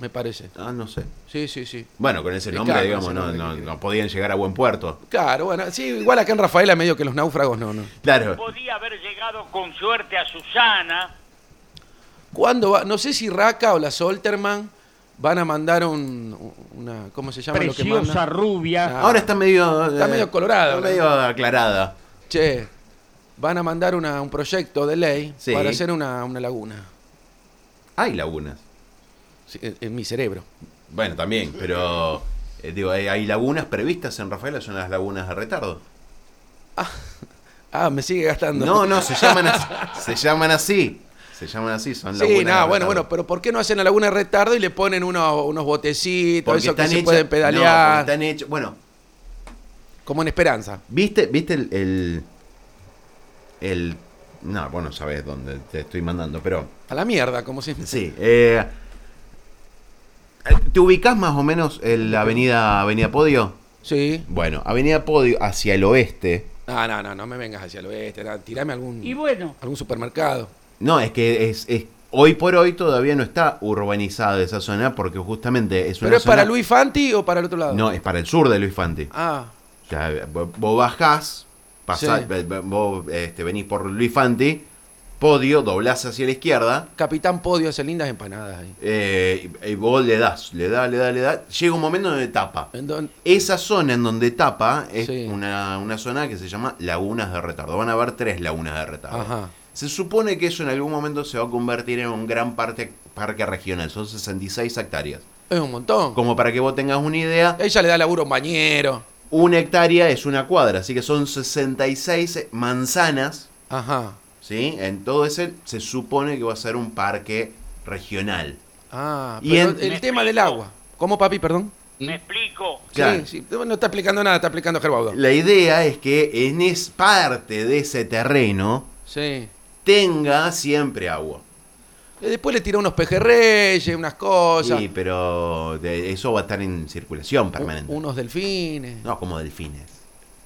[SPEAKER 3] me parece.
[SPEAKER 4] Ah, no sé.
[SPEAKER 3] Sí, sí, sí.
[SPEAKER 4] Bueno, con ese
[SPEAKER 3] Sí,
[SPEAKER 4] nombre,
[SPEAKER 3] claro,
[SPEAKER 4] digamos,
[SPEAKER 3] ese
[SPEAKER 4] no,
[SPEAKER 3] nombre
[SPEAKER 4] no-
[SPEAKER 3] que-
[SPEAKER 4] no podían llegar a buen puerto.
[SPEAKER 3] Claro, bueno, sí, igual acá en Rafaela medio que los náufragos no, no.
[SPEAKER 4] Claro.
[SPEAKER 8] Podía haber llegado con suerte a Susana.
[SPEAKER 3] ¿Cuándo va? No sé si Raca o la Solterman van a mandar un, una, ¿cómo se llama? lo que
[SPEAKER 8] Preciosa
[SPEAKER 3] mandan? Ah.
[SPEAKER 8] rubia.
[SPEAKER 4] Ahora está medio. eh,
[SPEAKER 3] Está medio colorado,
[SPEAKER 4] Está
[SPEAKER 3] ¿no?
[SPEAKER 4] medio aclarada.
[SPEAKER 3] Che, van a mandar una- un proyecto de ley
[SPEAKER 4] Sí.
[SPEAKER 3] para hacer una, una laguna
[SPEAKER 4] Hay lagunas.
[SPEAKER 3] sí, en- en mi cerebro.
[SPEAKER 4] Bueno, también, pero. eh, digo, hay, hay lagunas previstas en Rafaela, son las lagunas de retardo.
[SPEAKER 3] Ah, me sigue gastando.
[SPEAKER 4] No, no, se llaman así. [LAUGHS] se llaman así. Se llaman así, son lagunas.
[SPEAKER 3] Sí,
[SPEAKER 4] de
[SPEAKER 3] nada, bueno,
[SPEAKER 4] retardo.
[SPEAKER 3] bueno, pero ¿por qué no hacen a Laguna de Retardo y le ponen unos, unos botecitos,
[SPEAKER 4] Porque
[SPEAKER 3] eso que
[SPEAKER 4] están
[SPEAKER 3] se
[SPEAKER 4] hechas-
[SPEAKER 3] pueden
[SPEAKER 4] no,
[SPEAKER 3] pedalear?
[SPEAKER 4] porque están hechos. Bueno,
[SPEAKER 3] Como en Esperanza.
[SPEAKER 4] ¿Viste, viste el, el. el- No, bueno, sabes dónde te estoy mandando, pero.
[SPEAKER 3] A la mierda, como siempre.
[SPEAKER 4] Sí. eh, ¿Te ubicás más o menos en la avenida, avenida Podio?
[SPEAKER 3] Sí.
[SPEAKER 4] Bueno, Avenida Podio hacia el oeste.
[SPEAKER 3] No, no, no, no me vengas hacia el oeste. nada, tirame algún,
[SPEAKER 8] Y bueno,
[SPEAKER 3] algún supermercado.
[SPEAKER 4] No, es que es, es- hoy por hoy todavía no está urbanizada esa zona porque justamente es una
[SPEAKER 3] ¿Pero es para
[SPEAKER 4] zona-
[SPEAKER 3] Luis Fanti o para el otro lado?
[SPEAKER 4] No, es para el sur de Luis Fanti.
[SPEAKER 3] Ah,
[SPEAKER 4] O sea, vos vos bajás, pasás,
[SPEAKER 3] Sí.
[SPEAKER 4] ve- ve- vos este, venís por Luis Fanti, podio, doblás hacia la izquierda,
[SPEAKER 3] Capitán Podio hace lindas empanadas ahí.
[SPEAKER 4] eh, y, y vos le das, le das, le das, le das. Llega un momento donde tapa.
[SPEAKER 3] ¿En dónde?
[SPEAKER 4] Esa zona en donde tapa es
[SPEAKER 3] Sí.
[SPEAKER 4] una, una zona que se llama Lagunas de Retardo. Van a haber tres lagunas de retardo.
[SPEAKER 3] Ajá.
[SPEAKER 4] Se supone que eso en algún momento se va a convertir en un gran parte- parque regional. Son 66 hectáreas.
[SPEAKER 3] Es un montón.
[SPEAKER 4] Como para que vos tengas una idea,
[SPEAKER 3] Ella le da laburo a un bañero.
[SPEAKER 4] una hectárea es una cuadra. Así que son 66 manzanas.
[SPEAKER 3] Ajá.
[SPEAKER 4] ¿sí? En todo ese se supone que va a ser un parque regional.
[SPEAKER 3] Ah,
[SPEAKER 4] Y
[SPEAKER 3] pero
[SPEAKER 4] en-
[SPEAKER 3] el tema del agua. ¿Cómo, papi, perdón?
[SPEAKER 8] me explico.
[SPEAKER 4] Claro.
[SPEAKER 3] Sí, sí. No está explicando nada, está explicando Gerbaudo.
[SPEAKER 4] La idea es que en es parte de ese terreno
[SPEAKER 3] Sí.
[SPEAKER 4] tenga siempre agua.
[SPEAKER 3] Eh, Después le tiró unos pejerreyes, unas cosas,
[SPEAKER 4] sí, pero de- eso va a estar en circulación permanente.
[SPEAKER 3] u- unos delfines.
[SPEAKER 4] No, como delfines.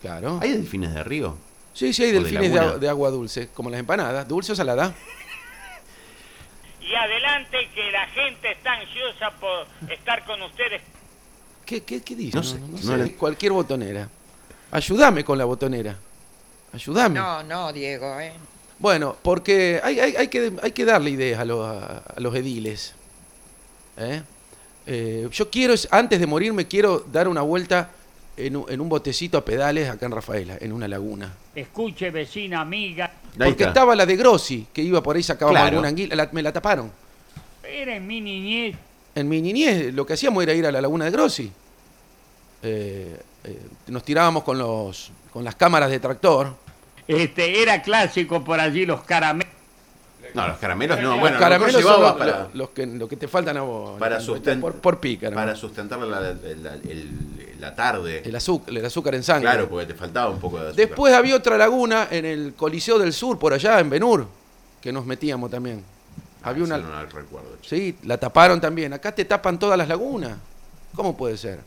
[SPEAKER 3] Claro.
[SPEAKER 4] ¿Hay delfines de río?
[SPEAKER 3] sí, sí, hay
[SPEAKER 4] o de
[SPEAKER 3] delfines de,
[SPEAKER 4] laguna.
[SPEAKER 3] agua- de agua dulce, como las empanadas. ¿Dulce o salada?
[SPEAKER 8] Y adelante que la gente está ansiosa por estar con ustedes.
[SPEAKER 3] ¿Qué, qué, qué dice?
[SPEAKER 4] No sé, no le-
[SPEAKER 3] Cualquier botonera. Ayúdame con la botonera. Ayúdame.
[SPEAKER 7] No, no, Diego, eh.
[SPEAKER 3] Bueno, porque hay, hay- hay que, hay que darle ideas a los, a- a los ediles. ¿Eh? Eh, yo quiero, es- antes de morir, me quiero dar una vuelta en un, en un botecito a pedales acá en Rafaela, en una laguna.
[SPEAKER 8] Escuche, vecina, amiga.
[SPEAKER 4] Ahí
[SPEAKER 3] Porque
[SPEAKER 4] está.
[SPEAKER 3] estaba la de Grossi, que iba por ahí, sacaba
[SPEAKER 4] Claro.
[SPEAKER 3] alguna anguila, la- me la taparon.
[SPEAKER 8] Era en mi niñez.
[SPEAKER 3] En mi niñez lo que hacíamos era ir a la laguna de Grossi. Eh, eh, nos tirábamos con, los, con las cámaras de tractor.
[SPEAKER 8] Este, era clásico por allí los caramelos.
[SPEAKER 4] No, los caramelos no. Bueno,
[SPEAKER 3] los
[SPEAKER 4] los
[SPEAKER 3] caramelos son
[SPEAKER 4] llevaba
[SPEAKER 3] los,
[SPEAKER 4] para,
[SPEAKER 3] los que, lo que te faltan a vos.
[SPEAKER 4] para susten-
[SPEAKER 3] Por, por pícaro.
[SPEAKER 4] para sustentar la, la- la- el- la tarde.
[SPEAKER 3] El, azúcar, el azúcar en sangre.
[SPEAKER 4] Claro, porque te faltaba un poco de azúcar.
[SPEAKER 3] Después había otra laguna en el Coliseo del Sur, por allá, en Benur, que nos metíamos también.
[SPEAKER 4] Ah,
[SPEAKER 3] había
[SPEAKER 4] eso
[SPEAKER 3] una,
[SPEAKER 4] no la recuerdo, che.
[SPEAKER 3] Sí, la taparon también. Acá te tapan todas las lagunas. ¿Cómo puede ser?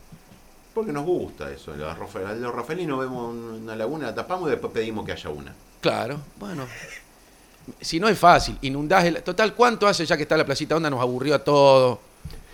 [SPEAKER 4] Porque nos gusta eso. Los, Rafa- los rafaelinos vemos un- una laguna, la tapamos y después pedimos que haya una.
[SPEAKER 3] Claro, bueno. Si no es fácil, inundás el... Total, ¿cuánto hace ya que está la placita onda? Nos aburrió a todos.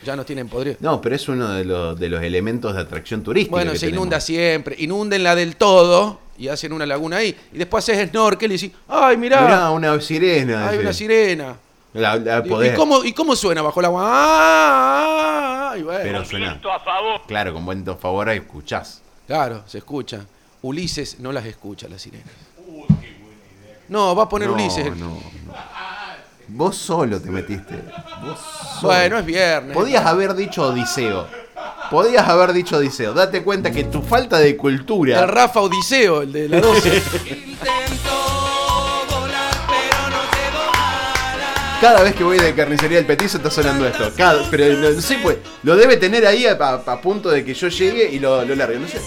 [SPEAKER 3] Ya nos tienen podrido.
[SPEAKER 4] No, pero es uno de los, de los elementos de atracción turística.
[SPEAKER 3] Bueno,
[SPEAKER 4] que
[SPEAKER 3] se
[SPEAKER 4] tenemos.
[SPEAKER 3] inunda siempre. Inúndenla del todo y hacen una laguna ahí. Y después haces snorkel y decís, ¡ay, mirá!
[SPEAKER 4] Mirá, una sirena.
[SPEAKER 3] hay
[SPEAKER 4] dice.
[SPEAKER 3] una sirena.
[SPEAKER 4] La, la
[SPEAKER 3] Y- ¿Y,
[SPEAKER 4] podés-
[SPEAKER 3] cómo, ¿Y cómo suena bajo el agua? ¡Ah! ah, ah! Y bueno,
[SPEAKER 4] Pero suena.
[SPEAKER 8] Viento a favor.
[SPEAKER 4] Claro, con buen favor ahí escuchás.
[SPEAKER 3] Claro, se escucha. Ulises no las escucha, las sirenas. No, va a poner
[SPEAKER 4] No,
[SPEAKER 3] Ulises.
[SPEAKER 4] no, no. Vos solo te metiste. Vos solo.
[SPEAKER 3] Bueno, es viernes.
[SPEAKER 4] Podías haber dicho Odiseo. Podías haber dicho Odiseo. Date cuenta que tu falta de
[SPEAKER 3] El
[SPEAKER 4] cultura. [LAUGHS]
[SPEAKER 3] Rafa Odiseo, el de la 12.
[SPEAKER 2] Intentó volar, pero no
[SPEAKER 4] Cada vez que voy de carnicería del petiso está sonando esto. Cada- pero no, no sé, pues, lo debe tener ahí a, a- a punto de que yo llegue y lo, lo largue. No sé.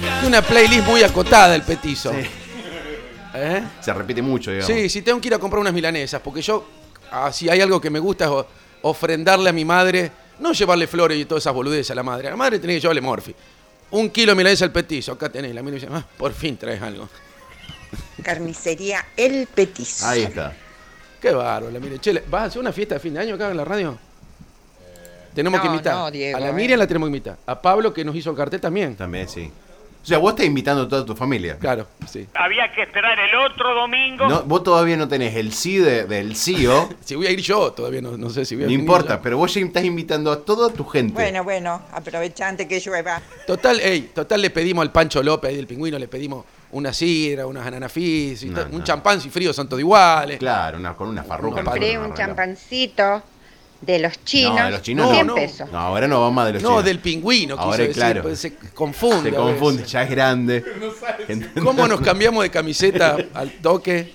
[SPEAKER 3] Tiene una playlist muy acotada el petizo.
[SPEAKER 4] Sí.
[SPEAKER 3] ¿Eh?
[SPEAKER 4] Se repite mucho, digamos.
[SPEAKER 3] Sí, si tengo que ir a comprar unas milanesas, porque yo, ah, si hay algo que me gusta es o- ofrendarle a mi madre, no llevarle flores y todas esas boludeces a la madre. A la madre tenía que llevarle morfi. Un kilo de milanesa al petizo, acá tenés. La miro y dice, "Ah, por fin traes algo.
[SPEAKER 7] Carnicería El Petiso.
[SPEAKER 4] Ahí está.
[SPEAKER 3] Qué bárbaro, la mire. Che, ¿le- ¿vas a hacer una fiesta de fin de año acá en la radio?
[SPEAKER 4] Eh,
[SPEAKER 3] Tenemos
[SPEAKER 7] no,
[SPEAKER 3] que invitar.
[SPEAKER 7] no, Diego,
[SPEAKER 3] a la
[SPEAKER 7] eh.
[SPEAKER 3] Miriam la tenemos que invitar. A Pablo, que nos hizo el cartel también.
[SPEAKER 4] También, sí. O sea, vos estás invitando a toda tu familia.
[SPEAKER 3] Claro, sí.
[SPEAKER 8] Había que esperar el otro domingo.
[SPEAKER 4] No, vos todavía no tenés el sí de- del E CEO.
[SPEAKER 3] Si voy a ir yo, todavía no, no sé si voy a
[SPEAKER 4] No
[SPEAKER 3] venir
[SPEAKER 4] importa,
[SPEAKER 3] yo.
[SPEAKER 4] pero vos ya estás invitando a toda tu gente.
[SPEAKER 7] Bueno, bueno, aprovechante que llueva.
[SPEAKER 3] Total, ey, total le pedimos al Pancho López ahí del pingüino, le pedimos una sidra, unas ananafis, y
[SPEAKER 4] No,
[SPEAKER 3] to- un
[SPEAKER 4] no.
[SPEAKER 3] champán si frío son todos iguales.
[SPEAKER 4] Claro, una- con una farruca. nosotros
[SPEAKER 7] Compré
[SPEAKER 4] nos
[SPEAKER 7] un
[SPEAKER 4] arreglamos.
[SPEAKER 7] champancito de los chinos.
[SPEAKER 4] No, de los chinos
[SPEAKER 7] 100
[SPEAKER 4] no.
[SPEAKER 7] pesos.
[SPEAKER 4] No, ahora no vamos de los
[SPEAKER 3] no,
[SPEAKER 4] chinos.
[SPEAKER 3] del pingüino, quiso
[SPEAKER 4] Ahora,
[SPEAKER 3] decir,
[SPEAKER 4] claro.
[SPEAKER 3] pues, se confunde.
[SPEAKER 4] Se
[SPEAKER 3] a veces.
[SPEAKER 4] confunde, ya es grande.
[SPEAKER 3] [LAUGHS]
[SPEAKER 4] [LAUGHS] ¿Entendés?
[SPEAKER 3] ¿Cómo nos cambiamos de camiseta al toque?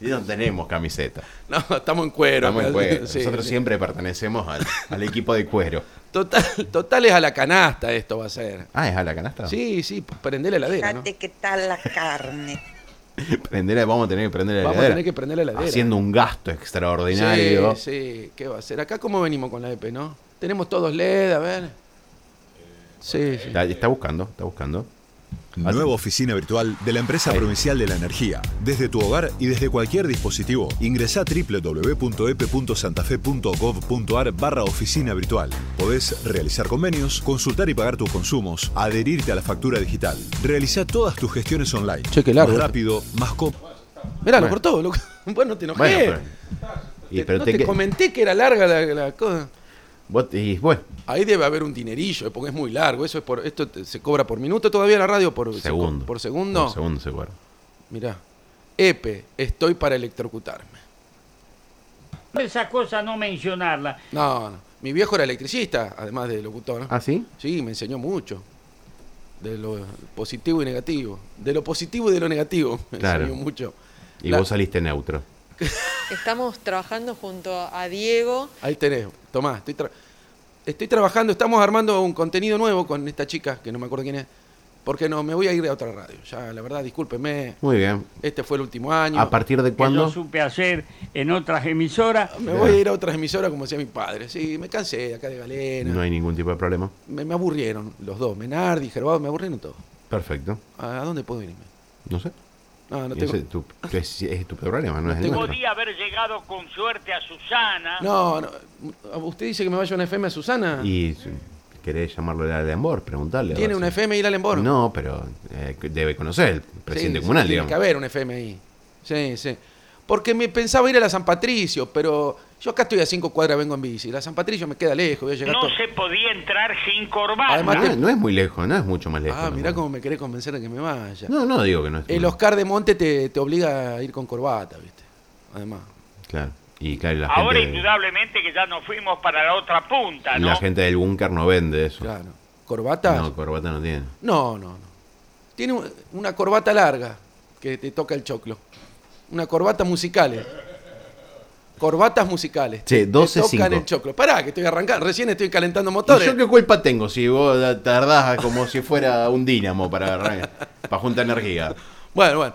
[SPEAKER 4] Y no tenemos camiseta.
[SPEAKER 3] No, estamos en cuero.
[SPEAKER 4] Estamos en cuero.
[SPEAKER 3] Sí,
[SPEAKER 4] Nosotros
[SPEAKER 3] sí.
[SPEAKER 4] siempre pertenecemos al, al equipo de cuero.
[SPEAKER 3] Total, total es a la canasta esto va a ser.
[SPEAKER 4] Ah, es a la canasta. [LAUGHS]
[SPEAKER 3] Sí, sí, prende la heladera, ¿no?
[SPEAKER 7] Fíjate qué tal la carne.
[SPEAKER 4] Prender- vamos a tener que prender la
[SPEAKER 3] Vamos a
[SPEAKER 4] heladera.
[SPEAKER 3] tener que prender la heladera.
[SPEAKER 4] Haciendo un gasto extraordinario.
[SPEAKER 3] Sí, sí, ¿qué va a ser? Acá cómo venimos con la EP, ¿no? Tenemos todos LED, a
[SPEAKER 4] Eh,
[SPEAKER 3] ver. Sí, sí.
[SPEAKER 4] Está, está buscando, está buscando.
[SPEAKER 2] Nueva oficina virtual de la empresa provincial de la energía. Desde tu hogar y desde cualquier dispositivo, ingresa a www.ep.santafe.gov.ar barra oficina virtual. Podés realizar convenios, consultar y pagar tus consumos, adherirte a la factura digital. Realiza todas tus gestiones online.
[SPEAKER 3] Che, qué largo.
[SPEAKER 2] Más rápido, más cómodo.
[SPEAKER 3] Mirá, lo
[SPEAKER 4] Bueno.
[SPEAKER 3] cortó, loco. [LAUGHS] Bueno, te enojé.
[SPEAKER 4] Bueno, pero. Y,
[SPEAKER 3] Te-
[SPEAKER 4] pero
[SPEAKER 3] no
[SPEAKER 4] te
[SPEAKER 3] te
[SPEAKER 4] que-
[SPEAKER 3] comenté que era larga la, la cosa.
[SPEAKER 4] vos- y, bueno,
[SPEAKER 3] Ahí debe haber un dinerillo, porque es muy largo. Eso es por, esto te- se cobra por minuto todavía en la radio, por se co-
[SPEAKER 4] segundo.
[SPEAKER 3] por segundo.
[SPEAKER 4] Por segundo se cobra.
[SPEAKER 3] Mirá. Epe, estoy para electrocutarme.
[SPEAKER 8] Esa cosa no mencionarla.
[SPEAKER 3] No, no. Mi viejo era electricista, además de locutor.
[SPEAKER 4] ¿Ah, sí?
[SPEAKER 3] Sí, me enseñó mucho. De lo positivo y negativo. De lo positivo y de lo negativo. [LAUGHS] Me
[SPEAKER 4] Claro.
[SPEAKER 3] enseñó mucho.
[SPEAKER 4] Y
[SPEAKER 3] La-
[SPEAKER 4] vos saliste neutro.
[SPEAKER 10] Estamos trabajando junto a Diego.
[SPEAKER 3] Ahí tenés. Tomás, estoy, tra- estoy trabajando, estamos armando un contenido nuevo con esta chica, que no me acuerdo quién es. Porque no, me voy a ir a otra radio. Ya, la verdad, discúlpenme.
[SPEAKER 4] Muy bien.
[SPEAKER 3] Este fue el último año.
[SPEAKER 4] ¿A partir de
[SPEAKER 8] Que yo
[SPEAKER 4] cuándo?
[SPEAKER 8] supe hacer en otras emisoras.
[SPEAKER 3] Me voy a ir a otras emisoras como hacía mi padre. Sí, me cansé de acá de Galena.
[SPEAKER 4] No hay ningún tipo de problema.
[SPEAKER 3] me, me aburrieron los dos. Menardi, Gerbado, me aburrieron todos.
[SPEAKER 4] Perfecto.
[SPEAKER 3] ¿A dónde puedo irme?
[SPEAKER 4] No sé.
[SPEAKER 3] No, no
[SPEAKER 4] Ese
[SPEAKER 3] tengo.
[SPEAKER 4] es, tu, tu- es, es tu problema, no es el nuestro.
[SPEAKER 8] Podía haber llegado con suerte a Susana.
[SPEAKER 3] No, no. ¿Usted dice que me vaya a una FM a Susana?
[SPEAKER 4] Y si querés llamarlo al Alembor, preguntarle.
[SPEAKER 3] ¿Tiene una FM y la Lembor?
[SPEAKER 4] No, pero eh, debe conocer el presidente
[SPEAKER 3] Sí,
[SPEAKER 4] comunal,
[SPEAKER 3] sí,
[SPEAKER 4] digamos.
[SPEAKER 3] Tiene que haber un FM ahí. Sí, sí. Porque me pensaba ir a la San Patricio, pero yo acá estoy a cinco cuadras, vengo en bici. La San Patricio me queda lejos, voy a llegar
[SPEAKER 8] No
[SPEAKER 3] todo.
[SPEAKER 8] se podía entrar sin corbata.
[SPEAKER 3] Además,
[SPEAKER 4] No, es- no es muy lejos, no es mucho más lejos.
[SPEAKER 3] Ah, mirá
[SPEAKER 4] tampoco.
[SPEAKER 3] cómo Eh, me querés convencer de que me vaya.
[SPEAKER 4] No, no digo que no es.
[SPEAKER 3] El Oscar de Monte te, te obliga a ir con corbata, ¿viste? Además.
[SPEAKER 4] Claro. Y claro, la
[SPEAKER 8] Ahora
[SPEAKER 4] gente.
[SPEAKER 8] indudablemente que ya nos fuimos para la otra punta, ¿no?
[SPEAKER 4] La gente del búnker no vende eso.
[SPEAKER 3] Claro. ¿Corbata?
[SPEAKER 4] No, corbata no tiene.
[SPEAKER 3] No, no, no. Tiene un- una corbata larga que te toca el choclo. Una corbata musicales. Corbatas musicales.
[SPEAKER 4] Che,
[SPEAKER 3] Te
[SPEAKER 4] 12.05.
[SPEAKER 3] tocan el choclo. Pará, que estoy arrancando. Recién estoy calentando
[SPEAKER 4] ¿Y
[SPEAKER 3] motores.
[SPEAKER 4] yo qué culpa tengo si vos la- tardás como si fuera un dínamo para
[SPEAKER 3] [LAUGHS]
[SPEAKER 4] agarrar- para juntar energía?
[SPEAKER 3] Bueno, bueno.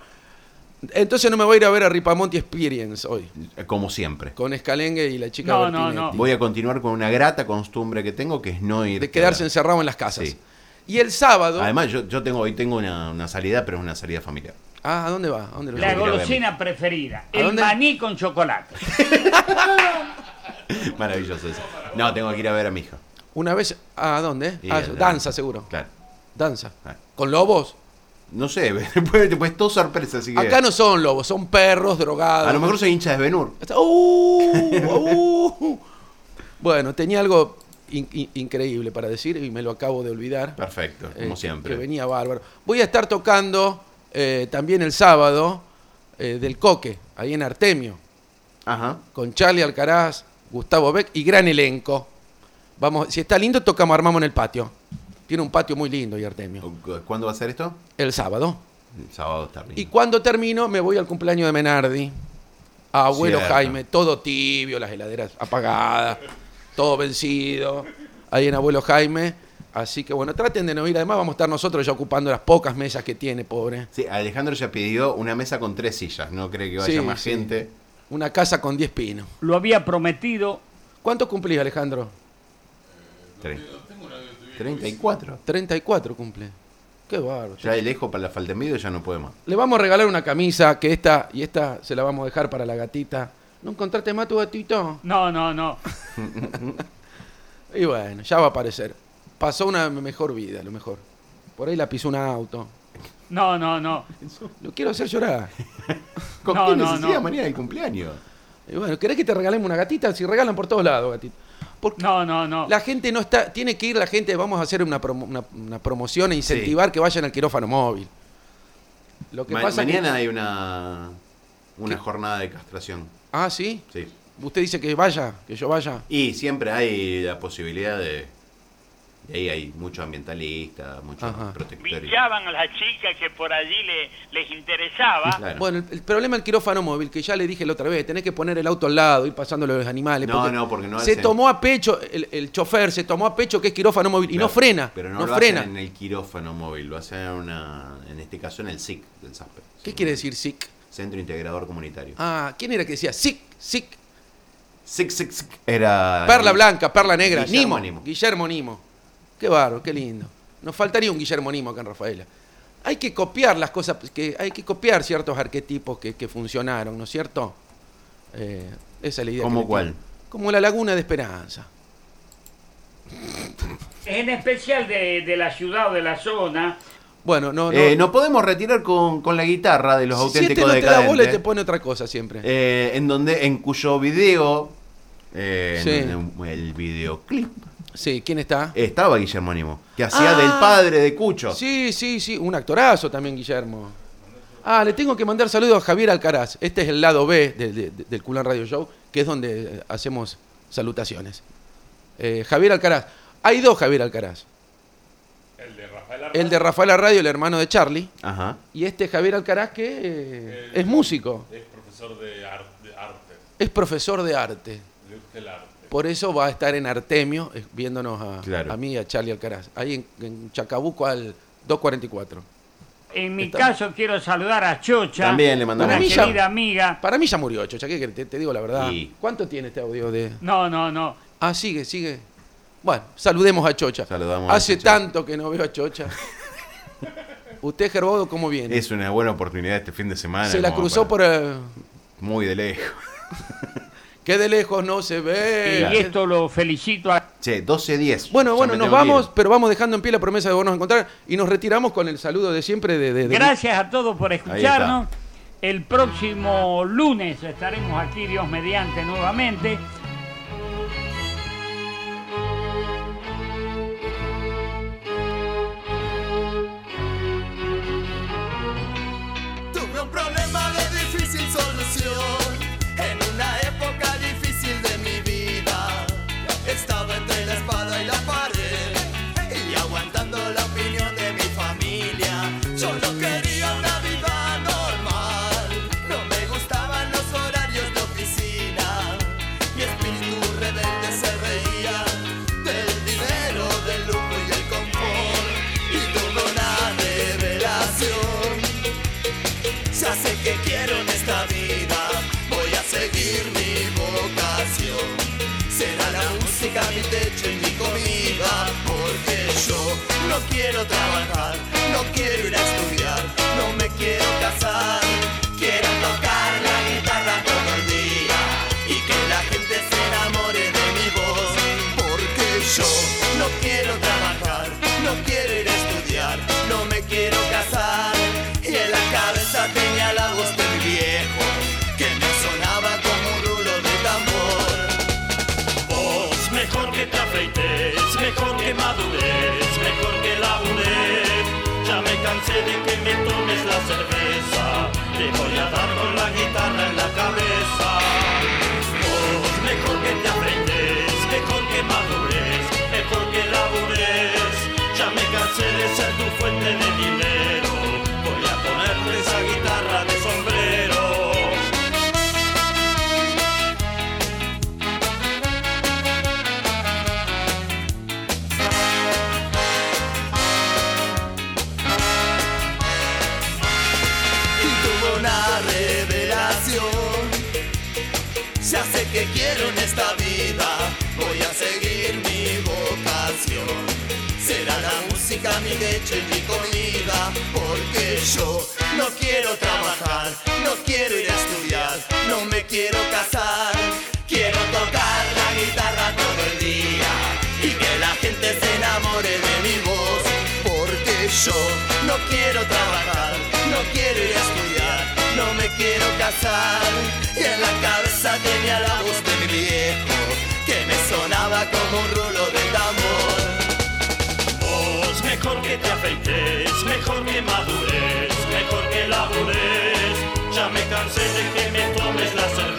[SPEAKER 3] Entonces no me voy a ir a ver a Ripamonti Experience hoy.
[SPEAKER 4] Como siempre.
[SPEAKER 3] Con Escalengue y la chica
[SPEAKER 8] No, no,
[SPEAKER 3] Bertinetti.
[SPEAKER 4] Voy a continuar con una grata costumbre que tengo que es no ir.
[SPEAKER 3] De quedarse
[SPEAKER 4] a-
[SPEAKER 3] encerrado en las casas.
[SPEAKER 4] Sí.
[SPEAKER 3] Y el sábado.
[SPEAKER 4] Además, yo, yo tengo, hoy tengo una, una salida, pero es una salida familiar. [LAUGHS]
[SPEAKER 3] ah, ¿a dónde va? ¿A dónde lo
[SPEAKER 8] La
[SPEAKER 3] llevo?
[SPEAKER 8] golosina preferida.
[SPEAKER 3] ¿A
[SPEAKER 8] El
[SPEAKER 3] dónde?
[SPEAKER 8] maní con chocolate.
[SPEAKER 4] Maravilloso eso. No, tengo que ir a ver a mi hija.
[SPEAKER 3] Una vez. ¿A dónde?
[SPEAKER 4] Y
[SPEAKER 3] Ah,
[SPEAKER 4] el-
[SPEAKER 3] danza, seguro.
[SPEAKER 4] Claro.
[SPEAKER 3] Danza.
[SPEAKER 4] Ah.
[SPEAKER 3] ¿Con lobos?
[SPEAKER 4] No sé, [LAUGHS] pues, pues todo sorpresa, así que.
[SPEAKER 3] Acá no son lobos, son perros drogados.
[SPEAKER 4] A lo mejor soy hincha de Benur.
[SPEAKER 3] Hasta- ¡Uh! ¡Uh! [LAUGHS] Bueno, tenía algo in- in- increíble para decir y me lo acabo de olvidar.
[SPEAKER 4] Perfecto,
[SPEAKER 3] Eh,
[SPEAKER 4] como
[SPEAKER 3] que-
[SPEAKER 4] siempre.
[SPEAKER 3] Que venía bárbaro. Voy a estar tocando eh, también el sábado eh, del Coque, ahí en Artemio,
[SPEAKER 4] Ajá.
[SPEAKER 3] con Charlie Alcaraz, Gustavo Beck y gran elenco. Vamos, si está lindo, tocamos, armamos en el patio. Tiene un patio muy lindo y Artemio.
[SPEAKER 4] ¿Cuándo va a ser esto?
[SPEAKER 3] El sábado.
[SPEAKER 4] El sábado tarde.
[SPEAKER 3] Y cuando termino, me voy al cumpleaños de Menardi. Abuelo
[SPEAKER 4] Cierto.
[SPEAKER 3] Jaime, todo tibio, las heladeras apagadas, todo vencido. Ahí en Abuelo Jaime. Así que bueno, traten de no ir. Además, vamos a estar nosotros ya ocupando las pocas mesas que tiene, pobre.
[SPEAKER 4] Sí, Alejandro ya pidió una mesa con tres sillas, no cree que vaya
[SPEAKER 3] Sí,
[SPEAKER 4] más
[SPEAKER 3] sí.
[SPEAKER 4] gente.
[SPEAKER 3] Una casa con 10 pinos.
[SPEAKER 8] Lo había prometido.
[SPEAKER 3] ¿Cuánto cumplís, Alejandro?
[SPEAKER 4] Tre- 34.
[SPEAKER 3] 34 cumple. Qué bárbaro.
[SPEAKER 4] Ya el ejo para la falta de medio ya no puede más.
[SPEAKER 3] Le vamos a regalar una camisa que esta y esta se la vamos a dejar para la gatita. ¿No encontraste más tu gatito?
[SPEAKER 8] No, no, no.
[SPEAKER 3] Y bueno, ya va a aparecer. Pasó una mejor vida, a lo mejor. Por ahí la pisó un auto.
[SPEAKER 8] No, no, no.
[SPEAKER 3] Lo quiero hacer llorar.
[SPEAKER 4] ¿Con
[SPEAKER 8] No,
[SPEAKER 4] qué
[SPEAKER 8] no,
[SPEAKER 4] necesidad
[SPEAKER 8] no.
[SPEAKER 4] mañana del cumpleaños?
[SPEAKER 3] Y bueno, ¿querés que te regalemos una gatita? Si regalan por todos lados, gatito. Porque
[SPEAKER 8] No, no, no.
[SPEAKER 3] la gente no está. Tiene que ir la gente. Vamos a hacer una, promo- una- una promoción e incentivar que vayan al quirófano móvil. Lo que
[SPEAKER 4] Ma-
[SPEAKER 3] pasa. que-
[SPEAKER 4] mañana hay una, una jornada de castración.
[SPEAKER 3] Ah, sí.
[SPEAKER 4] Sí.
[SPEAKER 3] Usted dice que vaya, que yo vaya.
[SPEAKER 4] Y siempre hay la posibilidad de. de ahí hay muchos ambientalistas, muchos
[SPEAKER 3] Ajá.
[SPEAKER 4] protectores.
[SPEAKER 2] Villaban a las chicas que por allí le- les interesaba.
[SPEAKER 4] Claro.
[SPEAKER 3] Bueno, el, el problema del quirófano móvil, que ya le dije la otra vez, tenés que poner el auto al lado, ir pasándolo a los animales.
[SPEAKER 4] No, no, porque no
[SPEAKER 3] Se
[SPEAKER 4] hacen-
[SPEAKER 3] tomó a pecho, el, el chofer se tomó a pecho que es quirófano móvil y no frena.
[SPEAKER 4] Pero no,
[SPEAKER 3] no,
[SPEAKER 4] lo
[SPEAKER 3] frena.
[SPEAKER 4] hacen en el quirófano móvil, lo hacen en una. En este caso en el SIC del SASPE.
[SPEAKER 3] ¿Qué quiere decir SIC?
[SPEAKER 4] Centro Integrador Comunitario.
[SPEAKER 3] Ah, ¿quién era que decía SIC, SIC?
[SPEAKER 4] SIC, SIC, SIC. Era.
[SPEAKER 3] Perla blanca, perla negra,
[SPEAKER 4] Ah,
[SPEAKER 3] Nimo,
[SPEAKER 4] Guillermo Nimo.
[SPEAKER 3] Guillermo Nimo. Qué bárbaro, qué lindo. Nos faltaría un Guillermo Nimo acá en Rafaela. Hay que copiar las cosas, que hay que copiar ciertos arquetipos que, que funcionaron, ¿no es cierto? Eh, esa es la idea. que
[SPEAKER 4] ¿Cómo
[SPEAKER 3] le
[SPEAKER 4] cuál?
[SPEAKER 3] tengo. Como la Laguna de Esperanza.
[SPEAKER 8] En especial de, de la ciudad o de la zona.
[SPEAKER 3] Bueno, no, no.
[SPEAKER 4] Eh, nos podemos retirar con, con la guitarra de los
[SPEAKER 3] Si este
[SPEAKER 4] auténticos
[SPEAKER 3] no te da bola, te
[SPEAKER 4] decadentes.
[SPEAKER 3] pone otra cosa siempre.
[SPEAKER 4] eh, en donde, en cuyo video. eh, en
[SPEAKER 3] Sí.
[SPEAKER 4] donde el videoclip.
[SPEAKER 3] sí, ¿quién está?
[SPEAKER 4] Estaba Guillermo Nimo, que hacía
[SPEAKER 3] Ah.
[SPEAKER 4] del padre de Cucho.
[SPEAKER 3] Sí, sí, sí, un actorazo también, Guillermo. Ah, le tengo que mandar saludos a Javier Alcaraz. Este es el lado B de- de- de- del Culán Radio Show, que es donde eh, hacemos salutaciones. Eh, Javier Alcaraz. Hay dos Javier Alcaraz. El de Rafael Radio, el hermano de Charlie.
[SPEAKER 4] Ajá.
[SPEAKER 3] Y este Javier Alcaraz que eh, es músico.
[SPEAKER 2] Es profesor de, ar- de arte,
[SPEAKER 3] Es profesor de arte.
[SPEAKER 2] le gusta el arte.
[SPEAKER 3] Por eso va a estar en Artemio, eh, viéndonos a,
[SPEAKER 4] Claro.
[SPEAKER 3] a mí y a Charlie Alcaraz. Ahí en, en Chacabuco al 244.
[SPEAKER 8] En mi
[SPEAKER 3] Está-
[SPEAKER 8] caso quiero saludar a Chocha.
[SPEAKER 4] También le mandamos
[SPEAKER 8] Una
[SPEAKER 3] Para mí ya-
[SPEAKER 8] querida amiga.
[SPEAKER 3] Para mí ya murió, Chocha, ¿qué querés? te, te digo la verdad.
[SPEAKER 4] Sí.
[SPEAKER 3] ¿Cuánto tiene este audio de...?
[SPEAKER 8] No, no, no.
[SPEAKER 3] Ah, sigue, sigue. Bueno, saludemos a Chocha.
[SPEAKER 4] Saludamos a
[SPEAKER 3] Hace
[SPEAKER 4] Chocha.
[SPEAKER 3] tanto que no veo a
[SPEAKER 4] [LAUGHS]
[SPEAKER 3] Chocha. Usted, Gerbodo, ¿cómo viene?
[SPEAKER 4] Es una buena oportunidad este fin de semana.
[SPEAKER 3] Se la
[SPEAKER 4] como
[SPEAKER 3] cruzó
[SPEAKER 4] para-
[SPEAKER 3] por... eh,
[SPEAKER 4] Muy de lejos.
[SPEAKER 3] que de lejos no se
[SPEAKER 8] Y
[SPEAKER 3] ve.
[SPEAKER 8] esto lo felicito a
[SPEAKER 4] Che, 12-10.
[SPEAKER 3] Bueno, bueno,
[SPEAKER 4] Ya me
[SPEAKER 3] nos
[SPEAKER 4] tengo que ir.
[SPEAKER 3] vamos, pero vamos dejando en pie la promesa de volvernos a encontrar y nos retiramos con el saludo de siempre de... de- de-
[SPEAKER 8] Gracias a todos por escucharnos. El próximo lunes estaremos aquí, Dios mediante, nuevamente.
[SPEAKER 6] Tuve un problema de difícil solución en una época difícil de mi vida. Estaba entre la espada y la pared y aguantando la opinión de mi familia. Yo no quería una vida normal, no me gustaban los horarios de oficina. Mi espíritu rebelde se reía del dinero, del lujo y del confort. Y tuve una revelación. Ya sé que quiero en esta vida, voy a seguir mi vocación. Será la música mi techo y mi comida, porque yo no quiero trabajar, no quiero ir a estudiar, no me quiero casar. Quiero tocar la guitarra todo el día y que la gente se enamore de mi voz, porque yo no quiero trabajar, no quiero ir a estudiar, no me quiero casar. Y en la cabeza tenía la voz del viejo, que me sonaba como un rulo de tambor.
[SPEAKER 2] Vos, mejor que te afeites, mejor que madures, mejor que labures. Ya me cansé de que me tomes la cerveza, te voy a dar con la guitarra en la cabeza. Vos, mejor que te afeites, mejor que madures, mejor que labures. Ya me cansé de ser tu fuente de dinero, voy a ponerle esa guitarra de sombrero.
[SPEAKER 6] que quiero en esta vida. Voy a seguir mi vocación. Será la música mi leche y mi comida, porque yo no quiero trabajar, no quiero ir a estudiar, no me quiero casar. Quiero tocar la guitarra todo el día y que la gente se enamore de mi voz, porque yo no quiero trabajar, no quiero ir a estudiar, no me quiero casar. Y en la cabeza tenía la voz de mi viejo, que me sonaba como un rulo de tambor.
[SPEAKER 11] Vos, mejor que te afeites, mejor que madures, mejor que labures. Ya me cansé de que me tomes la cerveza.